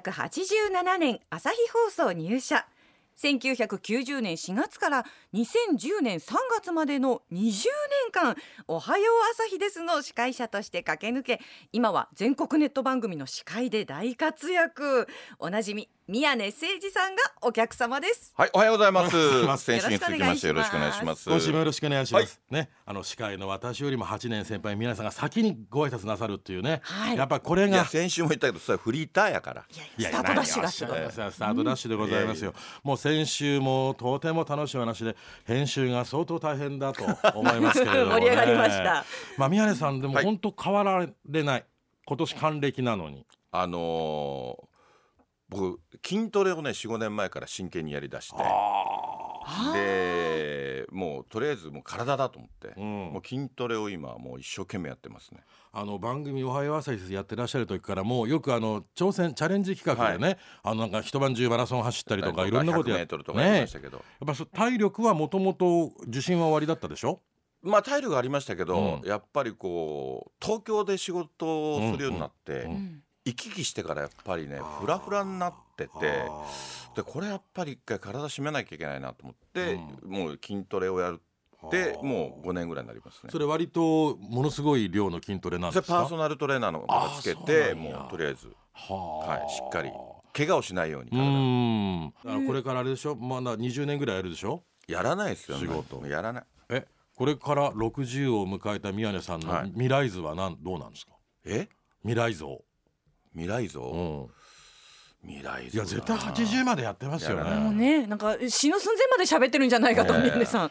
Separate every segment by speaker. Speaker 1: 1987年朝日放送入社1990年4月から2010年3月までの20年間「おはよう朝日です」の司会者として駆け抜け今は全国ネット番組の司会で大活躍おなじみ宮根誠司さんがお客様です
Speaker 2: はい、おはようございま
Speaker 3: おはようござい
Speaker 2: す。
Speaker 3: ます
Speaker 2: 先週に続きましてよ
Speaker 1: よ
Speaker 2: ろ
Speaker 1: ろ
Speaker 2: し
Speaker 1: し
Speaker 2: く
Speaker 1: く
Speaker 2: お
Speaker 1: お願
Speaker 2: 願い
Speaker 1: い
Speaker 2: し
Speaker 1: し
Speaker 2: ま。
Speaker 1: ます
Speaker 3: 今週もよろしくお願いします、ねあの司会の私よりも8年先輩皆さんが先にご挨拶なさるっていうね、
Speaker 1: はい
Speaker 3: やっぱこれ
Speaker 2: いや
Speaker 3: が
Speaker 2: 先週も言ったけど、それはフリーターやから。
Speaker 1: いや
Speaker 3: いや
Speaker 1: スタートダッシュがすごい
Speaker 3: 何をおっしゃいますスタートダッシュでございますよ、もう先週もとても楽しいお話で編集が相当大変だと思いますけれども、
Speaker 1: 盛
Speaker 3: ね、
Speaker 1: り上がりました
Speaker 3: まあ宮根さんでも
Speaker 2: はい
Speaker 3: 本当変わられない、今年還暦なのに
Speaker 2: あのー僕筋トレをね4、5年前から真剣にやりだして、でもうとりあえずもう体だと思って、
Speaker 3: うん
Speaker 2: もう筋トレを今もう一生懸命やってますね。
Speaker 3: あの番組「おはよう朝日です」やってらっしゃる時からもうよくあの挑戦チャレンジ企画でね、あのなんか一晩中マラソン走ったりとかいろんなことや
Speaker 2: 100メ
Speaker 3: っ
Speaker 2: ートルとかやり
Speaker 3: ね
Speaker 2: ましたけど、
Speaker 3: やっぱそう体力はもともと受信は終わりだったでしょ
Speaker 2: まあ体力ありましたけど、
Speaker 3: う
Speaker 2: やっぱりこう東京で仕事をするようになって、
Speaker 3: うん
Speaker 1: うん
Speaker 2: 行き来してからやっぱりねフラフラになってて。
Speaker 3: あ
Speaker 2: でこれやっぱり一回体締めなきゃいけないなと思って、
Speaker 3: う
Speaker 2: もう筋トレをやる
Speaker 3: ー
Speaker 2: って
Speaker 3: あー
Speaker 2: もう5年ぐらいになりますね
Speaker 3: それ割とものすごい量の筋トレなん
Speaker 2: そ
Speaker 3: で
Speaker 2: れ
Speaker 3: すか
Speaker 2: パーソナルトレーナーの方がつけ
Speaker 3: あー
Speaker 2: て
Speaker 3: そうなんや
Speaker 2: もうとりあえず
Speaker 3: は
Speaker 2: はいしっかり
Speaker 3: う
Speaker 2: 怪我をしないように
Speaker 3: ー
Speaker 2: 体
Speaker 3: んだからこれからあれでしょまだ20年ぐらいやるでしょ
Speaker 2: やらないですよね
Speaker 3: 仕事
Speaker 2: やらない
Speaker 3: えこれから60を迎えた宮根さんの
Speaker 2: はい
Speaker 3: 未来図はなん、どうなんですか
Speaker 2: え
Speaker 3: 未来像、
Speaker 2: 未来
Speaker 3: う
Speaker 2: 像
Speaker 3: ん、
Speaker 2: 未来
Speaker 3: い
Speaker 2: 像
Speaker 3: や絶対80までやってますよ
Speaker 2: やらな
Speaker 1: もう
Speaker 3: ね
Speaker 1: ねなんか死ぬ寸前まで喋ってるんじゃないかと
Speaker 2: ねえ
Speaker 1: 宮根さん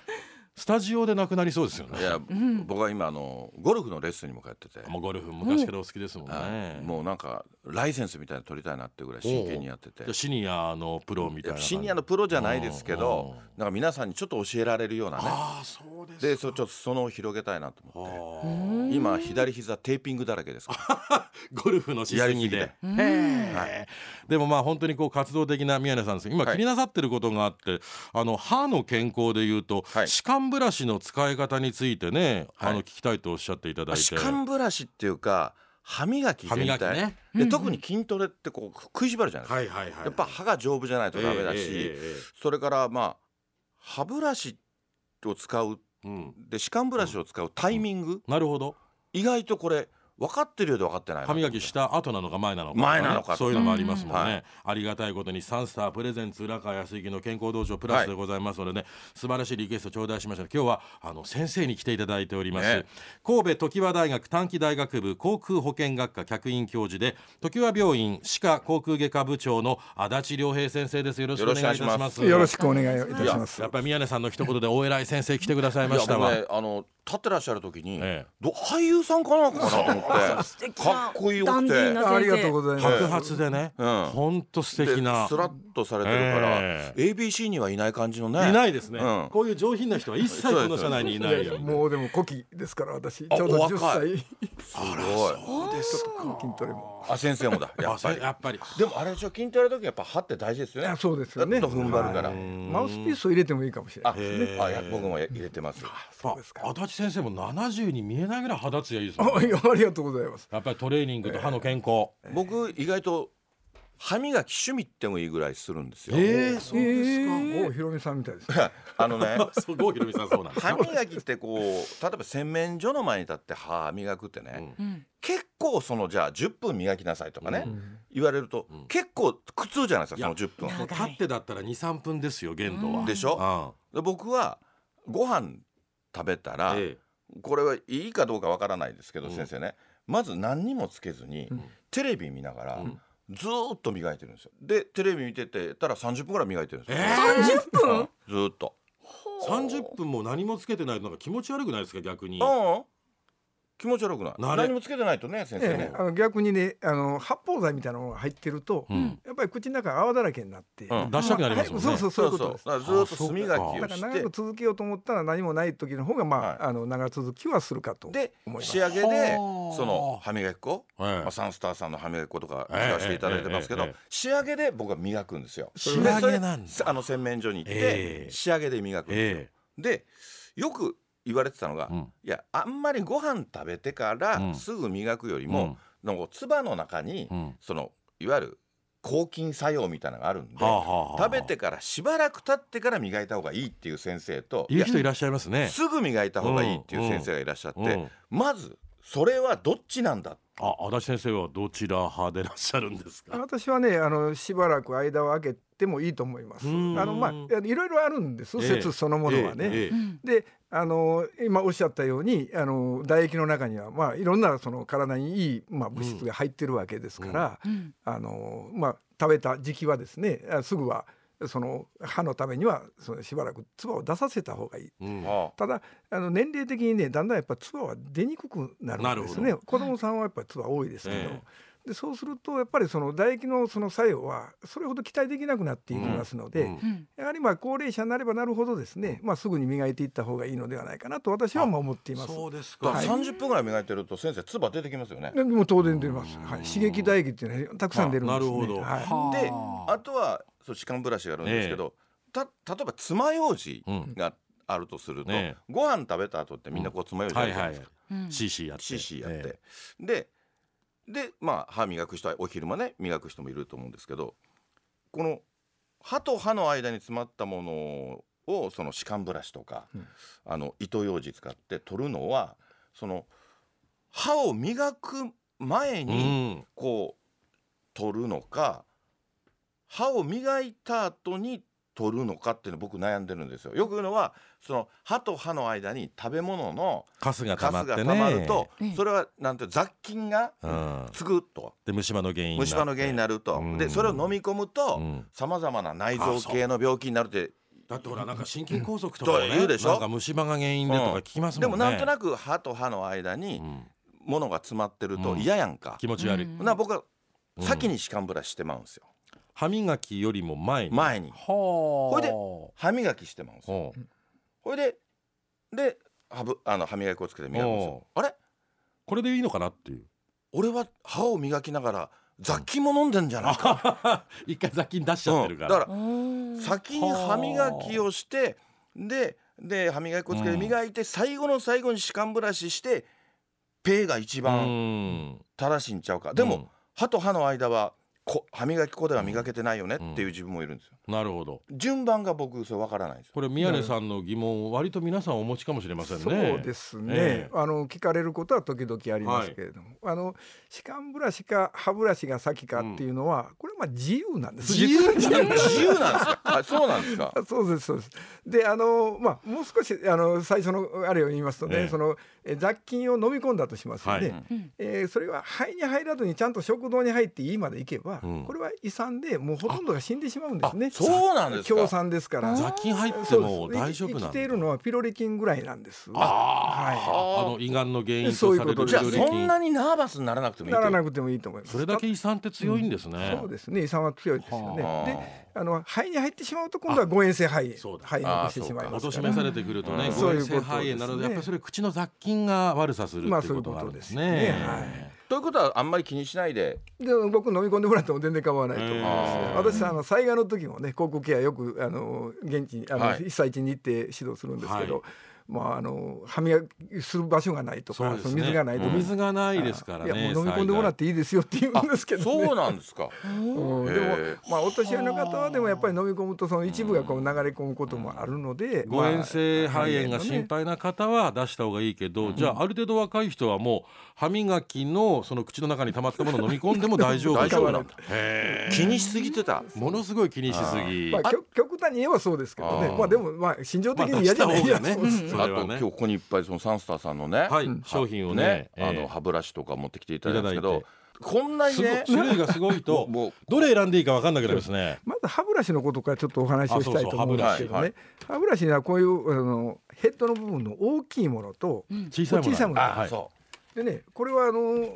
Speaker 3: スタジオでなくなりそうですよね
Speaker 2: いや、
Speaker 1: ん
Speaker 2: 僕は今あのゴルフのレッスンにも通ってて、
Speaker 3: もうゴルフ昔からお好きですもんね、
Speaker 2: はいもうなんかライセンスみたいなの取りたいなってぐらい真剣にやってて
Speaker 3: じゃあシニアのプロみたいな感じ
Speaker 2: シニアのプロじゃないですけど
Speaker 3: うんうん
Speaker 2: なんか皆さんにちょっと教えられるようなね
Speaker 3: ああそうですか
Speaker 2: でそちょっとそのを広げたいなと思って
Speaker 3: は
Speaker 2: 今左膝テーピングだらけですか
Speaker 3: あゴルフのし
Speaker 2: や
Speaker 3: す
Speaker 2: りすぎ
Speaker 3: ぎ
Speaker 2: て
Speaker 3: で。へえでもまあ本当にこう活動的な宮根さんですけど今
Speaker 2: はい
Speaker 3: 気になさってることがあって、あの歯の健康でいうと、
Speaker 2: はい
Speaker 3: 歯間ブラシの使い方についてね、
Speaker 2: はい
Speaker 3: あの聞きたいとおっしゃっていただ
Speaker 2: ら
Speaker 3: い
Speaker 2: 歯
Speaker 3: て
Speaker 2: 間ブラシっていうか歯磨き
Speaker 3: 歯
Speaker 2: 全
Speaker 3: 磨き
Speaker 2: 体、
Speaker 3: ね
Speaker 2: で特に筋トレってこう食いしばるじゃないですか、
Speaker 3: いはいはい
Speaker 2: やっぱ歯が丈夫じゃないとダメだし、
Speaker 3: えええええ
Speaker 2: それからまあ歯ブラシを使う
Speaker 3: えうん、
Speaker 2: で歯間ブラシを使うタイミング、
Speaker 3: なるほど
Speaker 2: 意外とこれ分かってるようで分かってないな
Speaker 3: 歯磨きした後なのか前なのか
Speaker 2: 前なのかと
Speaker 3: そういうのもありますもんね、
Speaker 2: うんは
Speaker 3: ありがたいことにサンスタープレゼンツ浦川康之の健康道場プラスでございますのでね、素晴らしいリクエスト頂戴しました今日はあの先生に来ていただいております、
Speaker 2: ね
Speaker 3: 神戸常盤大学短期大学部航空保健学科客員教授で常盤病院歯科航空外科部長の足立良平先生ですよろしくお願いいたし
Speaker 2: よろしくお願
Speaker 3: ま
Speaker 2: いし
Speaker 3: す
Speaker 2: ま
Speaker 4: よろしくお願いをいたします。
Speaker 3: やっぱり宮根さんの一言でお偉い先生来てくださいま
Speaker 2: い
Speaker 3: し
Speaker 2: や
Speaker 3: た
Speaker 2: 僕
Speaker 3: わ、
Speaker 2: ねあの立ってらっしゃる時に、
Speaker 3: ええ
Speaker 2: ど俳優さんかなかなと思
Speaker 1: 素
Speaker 2: って
Speaker 1: 敵な
Speaker 2: かっこいいよ
Speaker 1: ダン
Speaker 2: く
Speaker 1: ディー
Speaker 2: て
Speaker 1: な
Speaker 4: ありがとうございます。
Speaker 3: 白髪でね、
Speaker 2: うん
Speaker 3: ほんと素敵な
Speaker 2: でスラッとされてるから、
Speaker 3: え
Speaker 2: ABC にはいない感じのね
Speaker 3: いないですね、
Speaker 2: うん
Speaker 3: こういう上品な人は一切この社内にいないよ。
Speaker 4: もうでも古希ですから私ち
Speaker 2: あ
Speaker 4: ょうど
Speaker 2: お
Speaker 4: 10
Speaker 2: 若
Speaker 4: 歳
Speaker 2: すごい
Speaker 4: 筋トレも。
Speaker 2: あ先生もだや
Speaker 3: あ
Speaker 2: っ
Speaker 3: そ
Speaker 2: ぱ
Speaker 3: れ
Speaker 2: り
Speaker 3: やっぱり。
Speaker 2: でもあれでしょ筋トレの時やっぱ歯って大事ですよね
Speaker 4: あそうですよね。
Speaker 2: ちょっと踏ん張るから
Speaker 4: はいマウスピースを入れてもいいかもしれな
Speaker 2: あ
Speaker 4: い。
Speaker 2: あいや僕もや入れてます
Speaker 3: あ足立先生も70に見えないぐらい肌つやいいですもん
Speaker 4: あいやありがとうございます。
Speaker 3: やっぱりトレーニングと歯の健康。
Speaker 2: 僕意外と歯磨き趣味ってもいいぐらいするんですよ、
Speaker 3: ええ
Speaker 4: そうですか。おひろみさんみたいですね。
Speaker 2: あのね
Speaker 3: すごいひろみさん そうなんです
Speaker 2: 歯
Speaker 3: よ。
Speaker 2: 磨きってこう例えば洗面所の前に立って歯磨くってね、
Speaker 1: うん
Speaker 2: 結構そのじゃあ10分磨きなさいとかね、言われると、結構苦痛じゃないですかその10分
Speaker 3: もう立ってだったら二三分ですよ限度は。
Speaker 2: でしょ、
Speaker 3: ょ。
Speaker 2: で僕はご飯食べたら、
Speaker 3: え
Speaker 2: これはいいかどうかわからないですけど、
Speaker 3: うん
Speaker 2: 先生ねまず何にもつけずに、テレビ見ながら、
Speaker 3: ん
Speaker 2: ずーっと磨いてるんですよでテレビ見ててたら30分ぐらい磨いてるんですよ、
Speaker 3: え
Speaker 1: 30
Speaker 2: うん
Speaker 1: 分
Speaker 2: ずーっと
Speaker 3: 三十分も何もつけてないとなんか気持ち悪くないですか逆に。
Speaker 2: うん気持ち悪くない
Speaker 3: 慣れ
Speaker 2: 何もつけてないとね先生
Speaker 4: え
Speaker 2: ね
Speaker 4: え、あの逆にねあの発泡剤みたいなのが入ってると、
Speaker 3: うん
Speaker 4: やっぱり口の中泡だらけになって、
Speaker 2: うん
Speaker 3: 出したくなりますもんね
Speaker 4: はいそうそうそういうことです。
Speaker 2: だからずーっと
Speaker 3: あそ
Speaker 2: 炭
Speaker 3: うか
Speaker 2: 磨き
Speaker 4: だ
Speaker 2: を
Speaker 4: か
Speaker 2: し
Speaker 4: ら
Speaker 2: て
Speaker 4: 長く続けようと思ったら何もない時の方がまあ、
Speaker 2: はい
Speaker 4: あの長続きはするかと思い
Speaker 2: で
Speaker 4: ます。
Speaker 2: 仕上げで
Speaker 3: はあ
Speaker 2: その歯磨き粉、
Speaker 3: ええ
Speaker 2: まあ、サンスターさんの歯磨き粉とか使
Speaker 3: ええ
Speaker 2: わせていただいてますけど、
Speaker 3: ええええええ
Speaker 2: 仕上げで僕は磨くんですよ
Speaker 3: 仕上げなんだ
Speaker 2: でそれあの洗面所に行って、
Speaker 3: ええ
Speaker 2: 仕上げで磨くんですよ、
Speaker 3: え
Speaker 2: でよく言われてたのが、
Speaker 3: うん
Speaker 2: いやあんまりご飯食べてか
Speaker 3: う
Speaker 2: ら
Speaker 3: ん
Speaker 2: すぐ磨くよりも、なんかつばの中に、
Speaker 3: うん
Speaker 2: そのいわゆる抗菌作用みたいなのがあるんで、
Speaker 3: はあはあはあ
Speaker 2: 食べてからしばらく経ってから磨いた方がいいっていう先生と
Speaker 3: 言う人い
Speaker 2: い
Speaker 3: らっしゃいますね
Speaker 2: や。すぐ磨いた方がいいっていう先生がいらっしゃって、
Speaker 3: うん
Speaker 2: まずそれはどっちなんだ
Speaker 3: あ、足立先生はどちら派でいらっしゃるんですか。
Speaker 4: 私はねあのしばらく間を空けてもいいと思います。あ
Speaker 3: うん
Speaker 4: のまあいろいろあるんです、
Speaker 3: ええ
Speaker 4: 説そのものはね。
Speaker 3: ええええ
Speaker 1: うん
Speaker 4: であの今おっしゃったようにあの唾液の中には、まあ、いろんなその体にいい、まあ、物質が入ってるわけですから、
Speaker 1: うん
Speaker 4: あのまあ、食べた時期はですねあすぐはその歯のためにはそのしばらく唾を出させた方がいい。
Speaker 3: うん
Speaker 2: あ
Speaker 4: ただあの年齢的にねだんだんやっぱ唾は出にくくなるんです
Speaker 3: な
Speaker 4: ね子供さんはやっぱり唾多いですけど、
Speaker 3: え
Speaker 4: でそうするとやっぱりその唾液のその作用はそれほど期待できなくなっていきますので、
Speaker 3: うん
Speaker 1: うん
Speaker 4: やはりまあ高齢者になればなるほどですね、まあ、すぐに磨いていった方がいいのではないかなと私はまあ思っています。
Speaker 3: そうですか。
Speaker 2: だから
Speaker 4: はい
Speaker 2: 30分ぐらい磨いてると先生唾出てきますよね。
Speaker 4: でもう当然出ます、はい
Speaker 3: うん、
Speaker 4: 刺激唾液っていうのはたくさん出るんです、ね
Speaker 3: あなるほど
Speaker 4: はい
Speaker 2: で
Speaker 3: はあ
Speaker 2: あとはそう歯間ブラシがあるんですけど、た例えば爪楊枝
Speaker 3: うん。
Speaker 2: があるとすると、
Speaker 3: ええ
Speaker 2: ご飯食べた後ってみんなこう爪楊枝
Speaker 3: は
Speaker 2: や
Speaker 3: い
Speaker 2: るじゃな
Speaker 3: はいい
Speaker 2: ですか。。
Speaker 1: うん
Speaker 3: シーシーやって。
Speaker 2: シーシーやって、
Speaker 3: え
Speaker 2: ででまあ歯磨く人はお昼間ね磨く人もいると思うんですけどこの歯と歯の間に詰まったものをその歯間ブラシとか、
Speaker 4: うん
Speaker 2: あの糸楊枝使って取るのはその歯を磨く前
Speaker 3: え。う
Speaker 2: に
Speaker 3: ん。
Speaker 2: こう取るのか、歯を磨いた後に取るのかっていうの僕悩んでるんですよ。よく言うのはその歯と歯の間に食べ物の
Speaker 3: カスが溜
Speaker 2: カ
Speaker 3: ま
Speaker 2: ス
Speaker 3: って
Speaker 2: が
Speaker 3: ね。
Speaker 2: 溜まると、
Speaker 1: ええ
Speaker 2: それはなんて雑菌が
Speaker 3: うん。
Speaker 2: つくと
Speaker 3: で虫歯の原因になって。
Speaker 2: 虫歯の原因になると、
Speaker 3: うん
Speaker 2: でそれを飲み込むと
Speaker 3: うん
Speaker 2: さまざまな内臓系の病気になるって、
Speaker 3: だってほらなんか心筋梗塞とかもね
Speaker 2: と言うでしょ
Speaker 3: なんか虫歯が原因でとか聞きます
Speaker 2: で
Speaker 3: もん
Speaker 2: も
Speaker 3: ね。
Speaker 2: なんとなく歯と歯の間に
Speaker 3: うん
Speaker 2: 物が詰まってると
Speaker 3: うん
Speaker 2: 嫌やんか、
Speaker 3: 気持ち悪い。
Speaker 1: うん
Speaker 2: な僕は
Speaker 3: うん
Speaker 2: 先に歯間ブラシしてまうんですよ
Speaker 3: 歯磨きよりも前に。
Speaker 2: 前に
Speaker 3: はあ。こ
Speaker 2: れで歯磨きしてまうんですよほいでで歯ぶあの歯磨き粉つけて磨くんですよあれ
Speaker 3: これでいいのかなっていう。
Speaker 2: 俺は歯を磨きながら雑菌も飲んでんじゃないか、
Speaker 3: 一回雑菌出しちゃってるから。
Speaker 2: うんだから
Speaker 1: おー
Speaker 2: 先に歯磨きをしてでで歯磨き粉つけて磨いて、最後の最後に歯間ブラシしてペーが一
Speaker 3: う
Speaker 2: 番
Speaker 3: ん
Speaker 2: 正しいんちゃうかでも、
Speaker 3: うん
Speaker 2: 歯と歯の間はこ歯磨き粉では磨けてないよねっていう自分もいるんですよ、
Speaker 3: なるほど。
Speaker 2: 順番が僕それ分からないんですよ
Speaker 3: これ宮根さんの疑問、割と皆さんお持ちかもしれませんね。
Speaker 4: そうですね、
Speaker 3: ええ
Speaker 4: あの聞かれることは時々ありますけれども、あの歯間ブラシか歯ブラシが先かっていうのは、これはまあ自由なんです
Speaker 3: 自由
Speaker 4: 実は
Speaker 2: 自由なんですかあそうなんですか
Speaker 4: あ そうですそうです。であのまあもう少しあの最初のあれを言いますとね、
Speaker 3: ええ
Speaker 4: そのえ雑菌を飲み込んだとしますよね、
Speaker 3: は
Speaker 1: うん
Speaker 4: えーそれは肺に入らずにちゃんと食道に入って胃まで行けば、
Speaker 3: うん
Speaker 4: これは胃酸でもうほとんどが死んでしまうんで
Speaker 2: あ
Speaker 4: すね。
Speaker 2: そうなんです
Speaker 4: 強
Speaker 2: か
Speaker 4: 酸ですから。
Speaker 3: 雑菌入って
Speaker 4: そ
Speaker 3: も
Speaker 4: うです
Speaker 3: 大丈夫
Speaker 4: 生
Speaker 3: な
Speaker 4: き
Speaker 3: ん
Speaker 4: ている
Speaker 3: だ。
Speaker 4: のはピロリ菌ぐらいなんです。は
Speaker 3: ああの胃がんの原因と
Speaker 4: そういう
Speaker 3: され
Speaker 4: こ
Speaker 3: る
Speaker 4: と
Speaker 2: じゃあ
Speaker 3: 料理
Speaker 2: そん
Speaker 3: 菌。
Speaker 2: なにナーバスにならなくて
Speaker 4: い。
Speaker 2: もいい
Speaker 4: な
Speaker 2: と
Speaker 4: らなくてもいいと思います。
Speaker 3: それだけ胃酸って強いんですね。
Speaker 4: そうですね。胃酸は強いですよね。
Speaker 2: はあ
Speaker 4: で、あの肺に入ってしまうと今度は誤嚥性肺炎
Speaker 3: そうだ
Speaker 4: 肺炎を起こしてしまいま
Speaker 3: お
Speaker 4: す
Speaker 3: とし
Speaker 4: か
Speaker 3: め
Speaker 4: ら
Speaker 3: さ。れてくるとね、
Speaker 2: うん
Speaker 3: 誤嚥
Speaker 4: そうい
Speaker 3: 性
Speaker 4: うこと
Speaker 3: 肺炎なの
Speaker 4: で
Speaker 3: で、
Speaker 4: すね
Speaker 3: やっぱりそれ口の雑菌が悪さする
Speaker 4: ま
Speaker 3: っ
Speaker 4: あ
Speaker 3: ていうことがあるんですね。
Speaker 4: そういうことですよね
Speaker 2: ということはあんまり気にしない で
Speaker 4: でも僕飲み込んでもらっても全然構わないと思いますね
Speaker 2: うん
Speaker 4: 私あの災害の時もね航空ケアよくあの現地にあの、
Speaker 2: はい
Speaker 4: 被災地に行って指導するんですけど、
Speaker 3: はい
Speaker 4: まああの歯磨きする場所がないとか
Speaker 3: そうですね
Speaker 4: の水がないと
Speaker 3: お
Speaker 4: か、
Speaker 3: 水がないですから
Speaker 4: い
Speaker 3: ね。
Speaker 4: やもう飲み込んでもらっていいですよって言うんですけど、ね、
Speaker 2: そうなんですか
Speaker 4: うんでも
Speaker 2: へえ、
Speaker 4: まあ、お年寄りの方はでもやっぱり飲み込むとその一部がこう流れ込むこともあるので、
Speaker 3: 誤
Speaker 4: まあ
Speaker 3: 嚥性肺炎が心
Speaker 4: ね
Speaker 3: 配な方は出した方がいいけど、じゃあある程度若い人はもう歯磨きのその口の中に溜まったものを飲み込んでも大丈夫
Speaker 2: 大丈夫な
Speaker 3: だ
Speaker 2: んだ気にしすぎてた
Speaker 3: ものすごい気にしすぎ、
Speaker 4: まあ、極極端に言えばそうですけどね
Speaker 2: あー
Speaker 4: まあでもまあ心情
Speaker 3: ま
Speaker 4: 的
Speaker 3: あ
Speaker 4: に
Speaker 3: 出
Speaker 4: 嫌
Speaker 3: し
Speaker 4: じゃ
Speaker 3: た
Speaker 4: な
Speaker 3: 方
Speaker 4: い
Speaker 3: がね
Speaker 4: いやそうです
Speaker 3: そ
Speaker 2: あ
Speaker 3: れ
Speaker 2: と
Speaker 3: は
Speaker 2: 今
Speaker 3: ね
Speaker 2: 日ここにいっぱいそのサンスターさんのね、
Speaker 3: はい、
Speaker 4: うん
Speaker 3: 商品をねええ
Speaker 2: あの歯ブラシとか持ってきていただいたんですけ
Speaker 3: いただ
Speaker 2: ど
Speaker 3: いて
Speaker 2: こんなに
Speaker 3: すごい
Speaker 2: ね
Speaker 3: 種類がすごいと
Speaker 2: もう
Speaker 3: どれ選んでいいか分かんなくなりますね
Speaker 4: まず歯ブラシのことからちょっとお話をしたいと思うんですけどね
Speaker 2: あそうそう歯ブラシはい
Speaker 4: 歯ブラシにはこういうあのヘッドの部分の大きいものと
Speaker 1: うん
Speaker 3: 小さいもの
Speaker 4: 小さいもの
Speaker 2: あ、
Speaker 3: はい
Speaker 2: そ
Speaker 4: でねこれはあの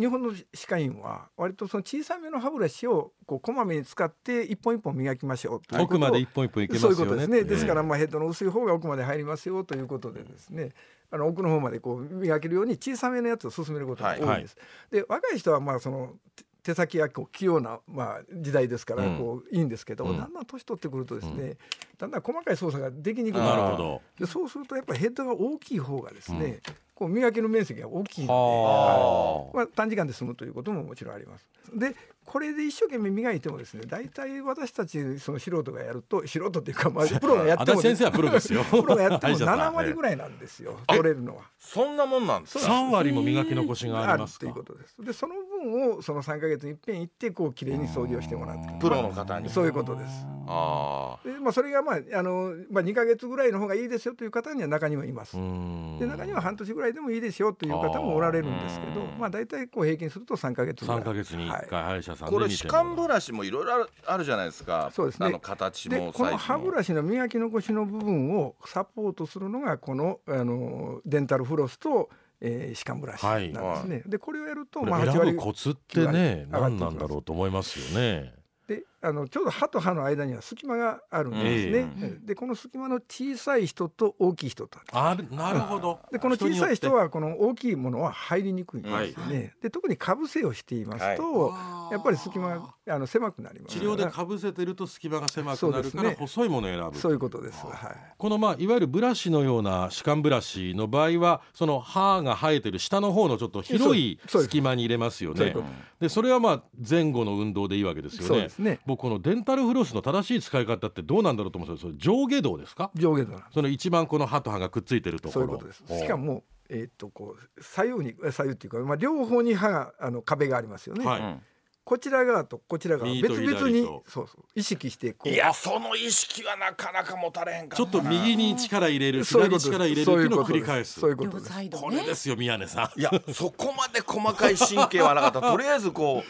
Speaker 4: 日本の歯科医院は割とその小さめの歯ブラシをこうこまめに使って一本一本磨きましょうということ
Speaker 3: 奥まで一本一本いけます
Speaker 4: そ
Speaker 3: よ
Speaker 4: うい
Speaker 3: ね
Speaker 4: うことですね。
Speaker 3: って
Speaker 4: ですから、まあ、ヘッドの薄い方が奥まで入りますよということでですね。あの奥の方までこう磨けるように小さめのやつを進めることが多いんです。
Speaker 3: はいはい
Speaker 4: で若い人はまあその手手先がこう器用な、まあ、時代ですから
Speaker 3: うん
Speaker 4: こういいんですけど、
Speaker 3: うん
Speaker 4: だんだん年取ってくるとですね、
Speaker 3: う
Speaker 4: だんだん細かい操作ができにくく
Speaker 2: あ
Speaker 4: な
Speaker 3: な
Speaker 4: る
Speaker 3: る
Speaker 2: ー
Speaker 3: ほど
Speaker 4: でそうするとやっぱりヘッドが大きい方がですね、こう磨きの面積が大きいので、
Speaker 3: は
Speaker 4: まあ、短時間で済むということももちろんあります。でこれで一生懸命磨いてもですね大体私たちその素人がやると素人っていうか、まあ、プロがやっ
Speaker 3: あ。
Speaker 4: て
Speaker 3: 足立
Speaker 4: も
Speaker 3: 先生はプロですよ。
Speaker 4: プロ がやって
Speaker 3: 歯
Speaker 4: も
Speaker 3: 医者さん
Speaker 4: 7割ぐらいなんですよ取れるのは。
Speaker 2: そんなもんなんですか
Speaker 3: 三割も磨き残しがあ
Speaker 4: あ
Speaker 3: り
Speaker 4: る
Speaker 3: ますか
Speaker 4: という。ことです。でその分をその3ヶ月に一遍行ってこう綺麗に掃除をしてもらって
Speaker 2: プロの方に
Speaker 4: そういうことです。
Speaker 2: あ
Speaker 4: でまあ、それが、まああのまあ、2ヶ月ぐらいの方がいいですよという方には中にはいます。
Speaker 3: うん
Speaker 4: で中には半年ぐらいでもいいですよという方もおられるんですけど
Speaker 2: あー
Speaker 4: まあ、大体こう平均すると3ヶ月ぐらい
Speaker 3: 三ヶ月に一回歯医者さん
Speaker 2: あ
Speaker 3: で
Speaker 2: これ
Speaker 3: 見
Speaker 2: 歯
Speaker 3: てもらう
Speaker 2: 間ブラシもいろいろあるあるじゃないですか
Speaker 4: そうですね
Speaker 2: あの形
Speaker 4: で
Speaker 2: も
Speaker 4: こ
Speaker 2: サイズ
Speaker 4: の
Speaker 2: も
Speaker 4: 歯ブラシの磨き残しの部分をサポートするのがこのあのデンタルフロスと、えー、歯間ブラシなんですね。でこれをやると、
Speaker 3: こ
Speaker 4: まあ、
Speaker 3: れ
Speaker 4: 8
Speaker 3: 選ぶ
Speaker 4: 割
Speaker 3: コツってね
Speaker 4: 9割上が
Speaker 3: 何
Speaker 4: ってき
Speaker 3: な
Speaker 4: ます
Speaker 3: んだろうと思いますよね。
Speaker 4: であのちょうど歯と歯の間には隙間があるんですね。
Speaker 1: え
Speaker 4: でこの隙間の小さい人と大きい人とある
Speaker 3: あるなるほど。
Speaker 4: でこの小さい人はこの大きいものは入りにくいんですよね。で特にかぶせをしていますと、やっぱり隙間があの狭くなります
Speaker 3: 治
Speaker 4: から
Speaker 3: 療でかぶせてると隙間が狭くなるか
Speaker 4: そう
Speaker 3: ら
Speaker 4: ですね
Speaker 3: 細いものを選ぶ。
Speaker 4: そういうことです。はい
Speaker 3: このまあいわゆるブラシのような歯間ブラシの場合はその歯が生えてる下の方のちょっと広い
Speaker 4: そうそうです
Speaker 3: 隙間に入れますよ
Speaker 4: そうい
Speaker 3: ね
Speaker 4: うこと。
Speaker 3: でそれはまあ前後の運動でいいわけですよ
Speaker 4: そう
Speaker 3: ね
Speaker 4: で。すね。
Speaker 3: 僕このデンタルフロスの正しい使い方ってどうなんだろうと思うんですよ。それ上下動ですか？
Speaker 4: 上下の
Speaker 3: その一番この歯と歯がくっついてるとこ
Speaker 4: そう
Speaker 3: ろ。
Speaker 4: いうことです。しかも、えーっとこう左右にえ左右っていうか、まあ両方に歯があの壁がありますよね。
Speaker 3: は
Speaker 2: う
Speaker 3: い。
Speaker 2: ん
Speaker 4: こちら側とこちら側
Speaker 3: 右
Speaker 4: 別
Speaker 3: と
Speaker 4: 々
Speaker 3: 左
Speaker 4: に
Speaker 3: と
Speaker 4: そうそう意識してこう。
Speaker 2: いやその意識はなかなか持たれへんか
Speaker 3: ちょっと右に力入れる
Speaker 4: そうい
Speaker 3: 左に
Speaker 4: うこと
Speaker 3: 力入れる
Speaker 4: です。
Speaker 3: って
Speaker 4: そ
Speaker 3: い
Speaker 4: ういうう
Speaker 3: のを繰
Speaker 4: こと
Speaker 3: り
Speaker 4: で
Speaker 3: 返
Speaker 4: す。
Speaker 3: す
Speaker 4: そういうこと
Speaker 1: 両
Speaker 4: です。
Speaker 1: サイド
Speaker 3: これ
Speaker 1: ね
Speaker 3: ですよ宮根さん
Speaker 2: いやそこまで細かい神経はなか ったとりあえずこう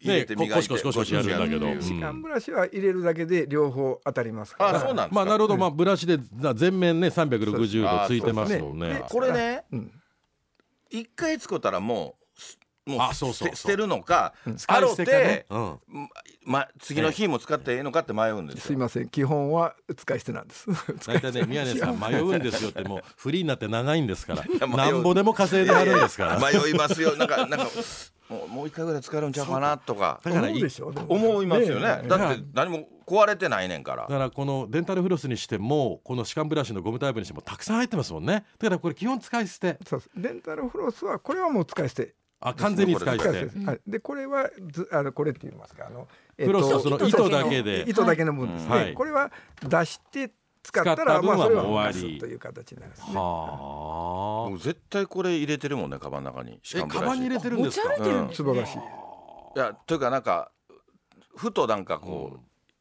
Speaker 2: 入れて
Speaker 3: ね
Speaker 2: 磨いて
Speaker 3: こコシコシコシやるんだけど
Speaker 2: ゴシゴシやるっていう
Speaker 4: 歯間ブラシは入れるだけで両方当たりますから。
Speaker 2: あそうなんですか
Speaker 3: まあなるほどまあブラシでな全面ね360度ついてますもん
Speaker 4: そうです
Speaker 3: ね
Speaker 4: ね
Speaker 2: これね
Speaker 4: うん。
Speaker 2: 一回使ったらもうすも
Speaker 3: あそうそうそ
Speaker 2: 捨
Speaker 3: う
Speaker 2: て捨てるのか
Speaker 3: 使
Speaker 2: あ
Speaker 3: い
Speaker 2: ろ
Speaker 3: 捨
Speaker 2: て
Speaker 3: てかねうん
Speaker 2: ま次の日も使ってええのかって迷うんです
Speaker 4: すい
Speaker 2: よ
Speaker 4: ません。基本は使い捨てなんです。使
Speaker 3: 大
Speaker 4: い
Speaker 3: 体ね宮根さん迷うんですよってもうフリーになって長いんですから
Speaker 2: や迷う
Speaker 3: なんぼでも稼いであるんですから
Speaker 2: 迷いますよなんかなんかもうもう一回ぐらい使えるんちゃうかなとか
Speaker 3: だからい
Speaker 4: 思う
Speaker 3: い
Speaker 4: でしょ。でも
Speaker 2: 思いますよね
Speaker 4: え
Speaker 2: だって何も壊れてないねんか
Speaker 3: だ
Speaker 2: ら
Speaker 3: からこのデンタルフロスにしてもこの歯間ブラシのゴムタイプにしてもたくさん入ってますもんねだからこれ基本使い捨て
Speaker 4: そうですデンタルフロスはこれはもう使い捨て。
Speaker 3: あ完全に使い
Speaker 2: そ
Speaker 3: 捨
Speaker 4: 使い
Speaker 3: て
Speaker 4: 捨て。はい。でこれはずあのこれって言いますかあの。えっ
Speaker 3: フ
Speaker 4: と
Speaker 3: ロスとその糸だけで
Speaker 4: 糸だけの分ですね、
Speaker 3: はい
Speaker 4: これは出して使った
Speaker 3: 使った
Speaker 4: ら
Speaker 3: 分は
Speaker 4: まあそれは
Speaker 3: もう終わり
Speaker 4: 出すという形になりますね、
Speaker 3: はあ
Speaker 2: 僕絶対これ入れてるもんねカバンの中にし
Speaker 3: え
Speaker 2: かもブ
Speaker 3: カ
Speaker 2: ラシ
Speaker 3: バンに入れてるん
Speaker 1: 持
Speaker 3: です
Speaker 1: ち
Speaker 3: か
Speaker 1: 歩いてるんです
Speaker 4: 素
Speaker 1: ね
Speaker 4: 晴らしい
Speaker 2: いやというかなんかふとなんかこう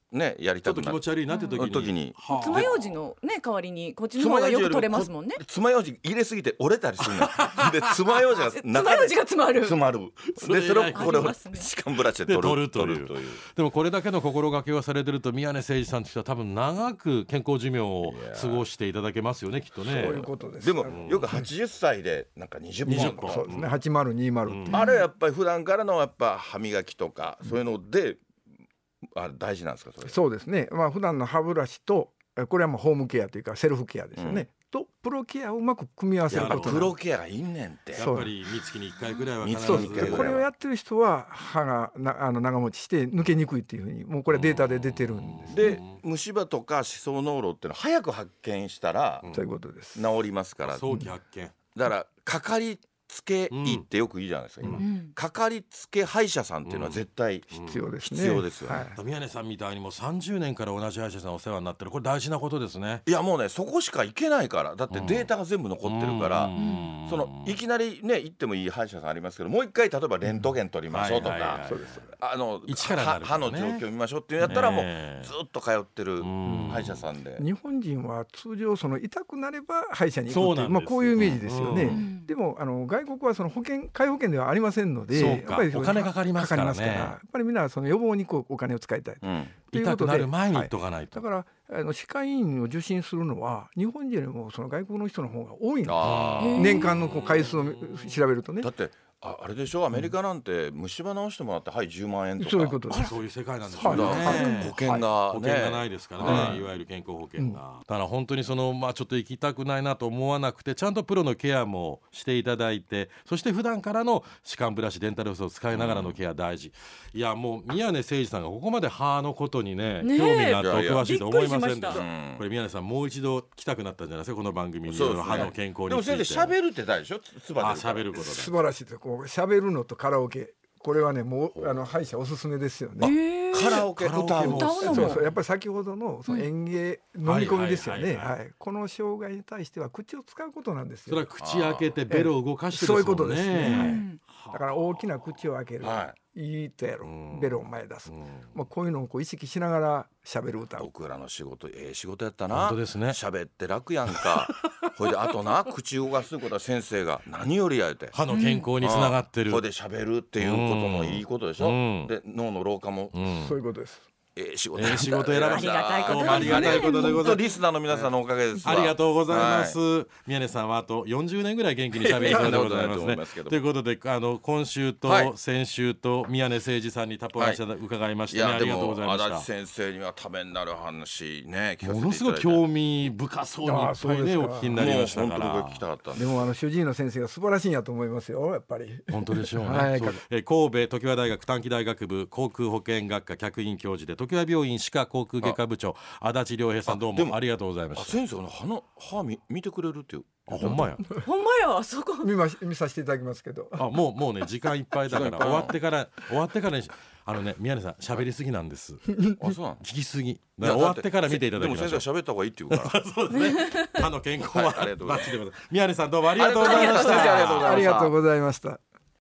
Speaker 2: ねやり
Speaker 3: ちょ
Speaker 2: た
Speaker 3: っと
Speaker 2: く
Speaker 3: 気
Speaker 2: な
Speaker 3: 持
Speaker 2: る
Speaker 3: ち悪いなって時に
Speaker 2: 時に
Speaker 3: はあ
Speaker 1: 爪楊枝のね代わりにこっちの方がよく取れますもんね
Speaker 2: 爪楊枝入れすぎて折れたりするのよで爪楊枝が
Speaker 1: 爪楊
Speaker 2: 中で
Speaker 1: 枝が詰まる
Speaker 2: 詰まる
Speaker 3: それ
Speaker 2: でそれをこれ
Speaker 1: あり
Speaker 2: を
Speaker 1: ますね
Speaker 2: 歯間ブラシで取る
Speaker 3: で取るというでもこれだけの心がけをされてると宮根誠司さんとしては多分長く健康寿命を過ごしていただけますよねきっと
Speaker 4: そう
Speaker 3: ね
Speaker 4: いうことです
Speaker 2: でもよく80歳でなんか20本
Speaker 3: 20個
Speaker 4: そうですね8020っていう、
Speaker 2: あれはやっぱり普段からのやっぱ歯磨きとかそういうのであ大事なんですかそれ
Speaker 4: そうですねまあ普段の歯ブラシとえこれはまあホームケアというかセルフケアですよね、
Speaker 2: うん
Speaker 4: とプロケアをうまく組み合わせる
Speaker 3: いや
Speaker 4: こと
Speaker 2: プ
Speaker 4: なん
Speaker 2: ロ
Speaker 4: で
Speaker 2: ケアがいいねんって
Speaker 3: やっぱり三月に一回ぐらいは必ず
Speaker 2: そう三月に一
Speaker 4: す
Speaker 2: 回
Speaker 4: で
Speaker 2: ぐ
Speaker 4: こ
Speaker 2: らい
Speaker 4: れをやってる人は歯がなあの長持ちして抜けにくいっていうふうにもうこれはデータで出てるんです
Speaker 2: で虫歯とか歯槽膿漏っていうのは早く発見したら
Speaker 4: ということです
Speaker 2: 治りますから、
Speaker 3: 早期発見
Speaker 2: だからかかりつけ医ってよく言うじゃないですか、今
Speaker 1: うん
Speaker 2: かかりつけ歯医者さんっていうのは絶対、
Speaker 4: 必要ですね
Speaker 2: 必要ですよね
Speaker 4: はい
Speaker 3: 宮根さんみたいにもう30年から同じ歯医者さんお世話になってるこれ大事なことですね
Speaker 2: いやもうねそこしか行けないからだってデータが全部残ってるから、
Speaker 3: うん
Speaker 2: そのいきなりね行ってもいい歯医者さんありますけどもう一回例えばレントゲン取りましょうと
Speaker 3: はいはいは
Speaker 2: か
Speaker 3: い
Speaker 4: そうです
Speaker 2: あの
Speaker 3: 一からになるか
Speaker 2: 歯
Speaker 3: らね
Speaker 2: の状況見ましょうっていうのやったらもう
Speaker 3: ねえ
Speaker 2: ずっと通ってる
Speaker 3: ん
Speaker 2: 歯医者さんで
Speaker 4: 日本人は通常その痛くなれば歯医者に行く
Speaker 3: そう
Speaker 4: って
Speaker 3: ないん
Speaker 4: う
Speaker 3: です
Speaker 4: まあ、こういうイメージですよね、
Speaker 3: うん
Speaker 4: でもあの外国はその保険皆保険ではありませんので
Speaker 3: そうか
Speaker 4: やっぱりその
Speaker 3: お金かかりますからね
Speaker 4: やっぱりみんなその予防にこうお金を使いたい
Speaker 2: うん
Speaker 4: という
Speaker 3: 痛
Speaker 4: こ
Speaker 3: く
Speaker 4: とで
Speaker 3: なる前に
Speaker 4: は
Speaker 3: 言っ
Speaker 4: い
Speaker 3: とかないと
Speaker 4: だからあの歯科医院を受診するのは日本人よりもその外国の人の方が多いの
Speaker 2: あ
Speaker 1: ー
Speaker 4: 年間のこう回数を調べるとね
Speaker 2: ーだってああれでしょアメリカなんて虫歯直してもらってはい10万円とか
Speaker 4: そういうことです
Speaker 3: そういう世界なんです
Speaker 2: そ
Speaker 3: よ
Speaker 2: う
Speaker 3: ね。
Speaker 2: だ
Speaker 4: はい
Speaker 2: あ保険が
Speaker 3: 保
Speaker 2: ね
Speaker 3: 険がないですから
Speaker 2: は
Speaker 3: ね、
Speaker 2: い
Speaker 3: いわゆる健康保険が。だから本当にその、まあちょっと行きたくないなと思わなくて、ちゃんとプロのケアもしていただいて、そして普段からの歯間ブラシ、デンタルフロスを使いながらのケア大事。いや、もう宮根誠司さんがここまで歯のことにね、興
Speaker 1: ねえ
Speaker 3: 味があってお詳しいと思いませ
Speaker 1: びっく
Speaker 3: ん
Speaker 1: りし
Speaker 3: で
Speaker 1: ました
Speaker 3: し
Speaker 1: た。
Speaker 3: これ宮根さん、もう一度来たくなったんじゃないですか、この番組に、
Speaker 2: そうですね
Speaker 3: 歯の健康について。
Speaker 2: でも先生喋るって大事でしょつつば
Speaker 3: あ、
Speaker 2: 出るから
Speaker 3: 喋ることだ。
Speaker 4: 素晴らしいですこう喋るのとカラオケこれはねもうあの歯医者おすすめですよね
Speaker 1: え
Speaker 2: カラオケ
Speaker 3: カラオケ
Speaker 2: 歌う
Speaker 3: も
Speaker 1: 歌うの
Speaker 4: そ
Speaker 1: も
Speaker 4: うそうやっぱり先ほどのその園芸、飲み込みですよ
Speaker 3: はいは
Speaker 4: ね、
Speaker 3: いはいは
Speaker 4: はいこの障害に対しては口を使うことなんです
Speaker 3: それ
Speaker 4: よ
Speaker 3: は口開けてベロを動かして
Speaker 4: そういうことですね
Speaker 3: もん
Speaker 4: だから大きな口を開ける、、
Speaker 2: はい
Speaker 4: いとやろ
Speaker 3: うん
Speaker 4: ベロを前に出す、
Speaker 3: うん
Speaker 4: まあ、こういうのをこう意識しながら喋る歌を
Speaker 2: 僕らの仕事ええ仕事やったな
Speaker 3: 本当ですね
Speaker 2: 喋って楽やん かほいであとな口動かすことは先生が何よりや言うて
Speaker 3: 歯の健康につながってる。
Speaker 2: ほいで喋るっていうこともいいことでしょ、
Speaker 3: うん
Speaker 2: で脳の老化も、
Speaker 3: うん
Speaker 4: そういうことです
Speaker 2: ええ仕事
Speaker 3: ええ仕事選ばせ
Speaker 1: て
Speaker 2: どうも
Speaker 1: ありがたいことで
Speaker 3: ございます
Speaker 2: 本当リスナーの皆さんのおかげですわ
Speaker 3: ありがとうございます、
Speaker 2: は
Speaker 3: 宮根さんはあと40年ぐらい元気に喋りそうで
Speaker 2: いやそんなこ
Speaker 3: ございます
Speaker 2: とないと思
Speaker 3: ね
Speaker 2: いますけど
Speaker 3: ということであの今週
Speaker 2: はい
Speaker 3: と先週と宮根誠司さんにタポンした、伺いまし
Speaker 2: い
Speaker 3: たね
Speaker 2: や
Speaker 3: あ
Speaker 2: で
Speaker 3: りがとう
Speaker 2: も
Speaker 3: ございま
Speaker 2: 足立
Speaker 3: し
Speaker 2: 先生にはためになる話ね聞かせ
Speaker 3: た
Speaker 2: ていただいて
Speaker 3: ものすごく興味深そうにい
Speaker 4: あ
Speaker 3: っ
Speaker 4: ーそ
Speaker 3: ぱ
Speaker 4: う
Speaker 3: い
Speaker 4: で
Speaker 3: ね
Speaker 4: すか
Speaker 3: お聞きになりましたか
Speaker 2: もう本当
Speaker 3: ら
Speaker 2: 僕が聞きたかったんで
Speaker 4: でもあの主治医の先生が素晴らしいんやと思いますよやっぱり
Speaker 3: 本当でしょうね、
Speaker 4: はい
Speaker 3: そうえー神戸常盤大学短期大学部航空保健学科客員教授で常盤病院歯科航空外科部長足立亮平さんどう
Speaker 2: で
Speaker 3: も
Speaker 2: も
Speaker 3: ありがとうございま
Speaker 2: あ
Speaker 3: した
Speaker 2: 先生あの歯の歯み見てくれるっていう
Speaker 3: あほんまや
Speaker 1: ほんまやあそこ
Speaker 4: 見まし見させていただきますけど
Speaker 3: あもうもうね時間いっぱいだか
Speaker 2: 時間いっ
Speaker 3: ら
Speaker 2: ぱい
Speaker 3: 終わってから終わってからにしあのね宮根さん喋りすぎなんです聞
Speaker 2: あそうなの
Speaker 3: きすぎだから終わってから見ていただきまし
Speaker 2: でも
Speaker 3: ょ
Speaker 2: 先
Speaker 3: う
Speaker 2: 生は喋った方がいいって言うから
Speaker 3: そうですね 歯の健康は
Speaker 2: はいありがとうござい
Speaker 3: バッ
Speaker 2: ます
Speaker 3: チリでございます宮根さんどうもありがとうございま
Speaker 2: あり
Speaker 3: し
Speaker 2: がとうございました
Speaker 3: た
Speaker 2: ありがとうございま
Speaker 4: ありがとうございました